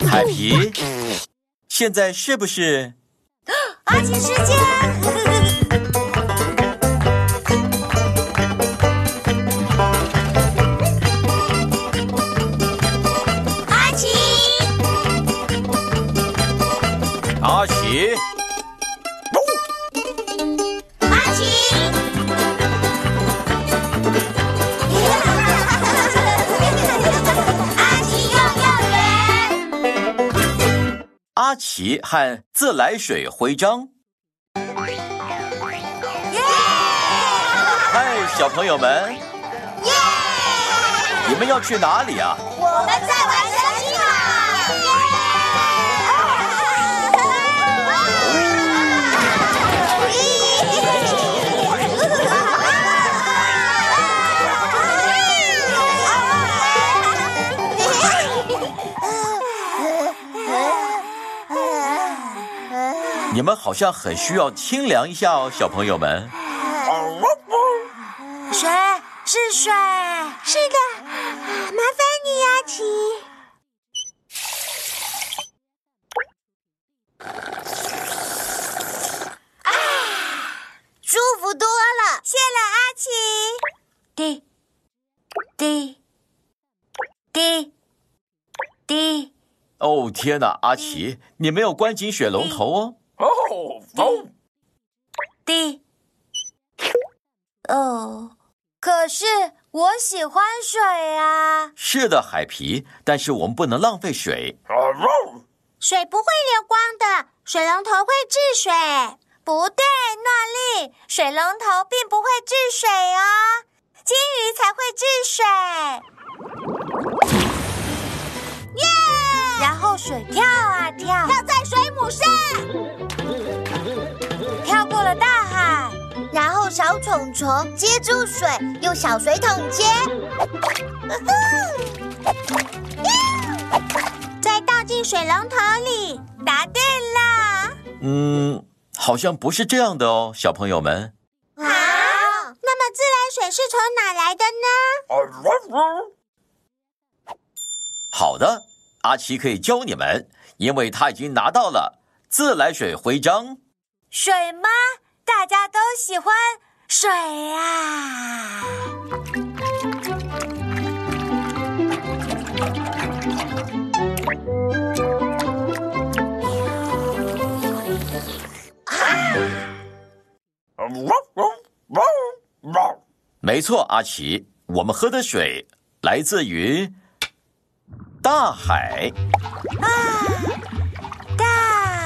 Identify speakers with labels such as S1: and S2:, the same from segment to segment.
S1: 海皮，现在是不是
S2: 阿奇时间，阿奇，
S1: 阿奇？
S2: 阿奇，阿奇幼幼园，
S1: 阿奇和自来水徽章。
S2: 耶
S1: 嗨，哎小朋友们，
S2: 耶！
S1: 你们要去哪里啊？
S2: 我们在玩神奇
S1: 你们好像很需要清凉一下哦，小朋友们。
S2: 水是水，是的，麻烦你呀，奇。啊，舒服多了，谢了，阿奇。滴，滴，滴，滴。
S1: 哦天哪，阿奇，你没有关紧水龙头哦。
S2: 滴。哦，可是我喜欢水啊，
S1: 是的，海皮，但是我们不能浪费水。
S2: 水不会流光的，水龙头会治水。不对，诺丽，水龙头并不会治水哦，金鱼才会治水。耶！然后水跳啊跳，跳在水母上，跳过了大海，然后小虫虫接住水，用小水桶接。再倒进水龙头里，答对了。
S1: 嗯，好像不是这样的哦，小朋友们。
S2: 好，那么自来水是从哪来的呢？
S1: 好的，阿奇可以教你们，因为他已经拿到了自来水徽章。
S2: 水吗？大家都喜欢水啊！
S1: 没错，阿奇，我们喝的水来自于大海。
S2: 大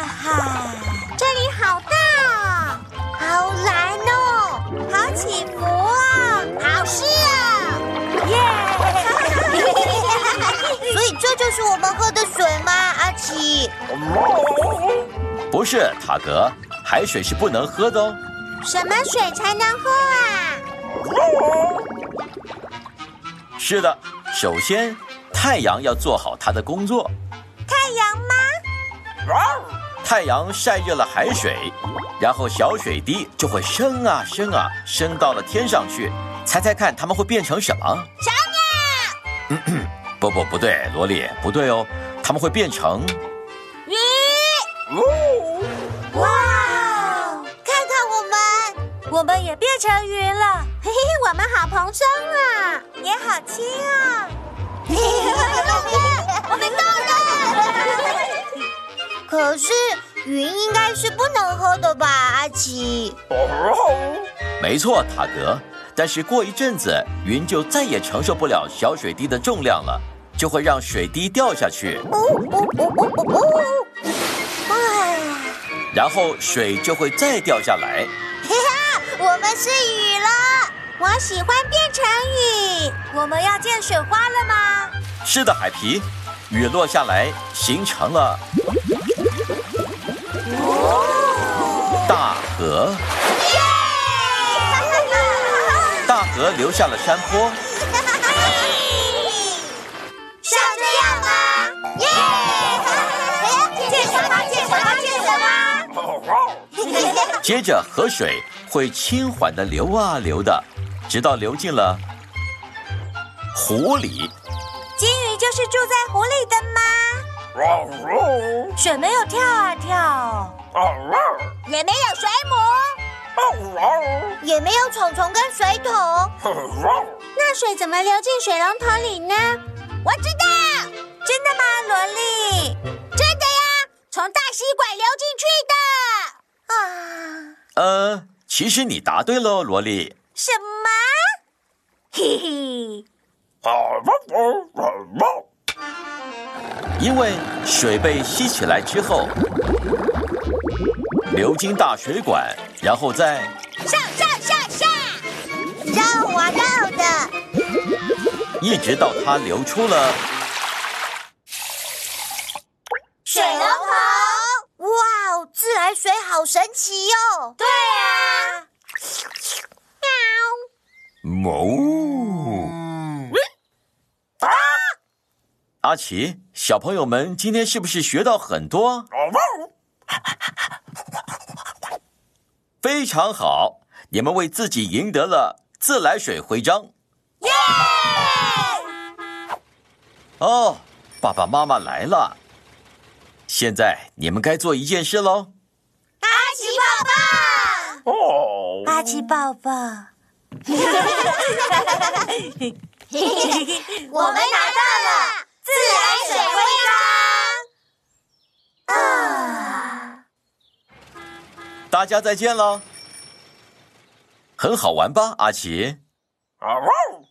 S2: 海，这里好大哦，好蓝哦，好起伏哦，好湿哦，耶！ 所以这就是我们喝的水吗，阿奇？
S1: 不是塔格，海水是不能喝的哦。
S2: 什么水才能喝啊？
S1: 是的，首先太阳要做好它的工作，
S2: 太阳吗？
S1: 太阳晒热了海水，然后小水滴就会升啊升啊，升到了天上去。猜猜看，它们会变成什么？嗯
S2: 小鸟、
S1: 不不不对，萝莉不对哦，它们会变成
S2: 鱼。哇哦！看看我们，我们也变成鱼了。嘿嘿，我们好蓬松啊，也好轻啊。我们到了。可是云应该是不能喝的吧，阿奇？
S1: 没错，塔格。但是过一阵子，云就再也承受不了小水滴的重量了，就会让水滴掉下去，
S2: 哦哦哦哦哦哦！哎呀，
S1: 然后水就会再掉下来。
S2: 嘿哈，我们是雨了。我喜欢变成雨。我们要见雪花了吗？
S1: 是的，海皮，雨落下来形成了
S2: 哦
S1: 大河，大河留下了山坡。
S2: 像这样吗？耶！见雪花，见雪花，见雪花！
S1: 接着河水会轻缓地流啊流的，直到流进了湖里。
S2: 金鱼就是住在湖里的吗？水没有跳啊跳，也没有水母，也没有虫虫跟水桶，那水怎么流进水龙头里呢？我知道，真的吗，萝莉？真的呀，从大吸管流进去的。啊，
S1: 呃，其实你答对喽，萝莉。
S2: 什么？嘿嘿，
S1: 因为水被吸起来之后，流经大水管，然后再
S2: 上上上上，绕啊绕的，
S1: 一直到它流出了。
S2: 水龙头。哇哦，自来水好神奇哟、哦！对啊，喵，
S1: 哞！阿奇，小朋友们今天是不是学到很多？非常好，你们为自己赢得了自来水徽章
S2: 耶！
S1: 哦。爸爸妈妈来了，现在你们该做一件事喽。
S2: 阿奇宝宝，阿奇宝 宝，我们拿到了自来水徽章。嗯
S1: 大家再见喽！很好玩吧，阿奇？
S3: Oh,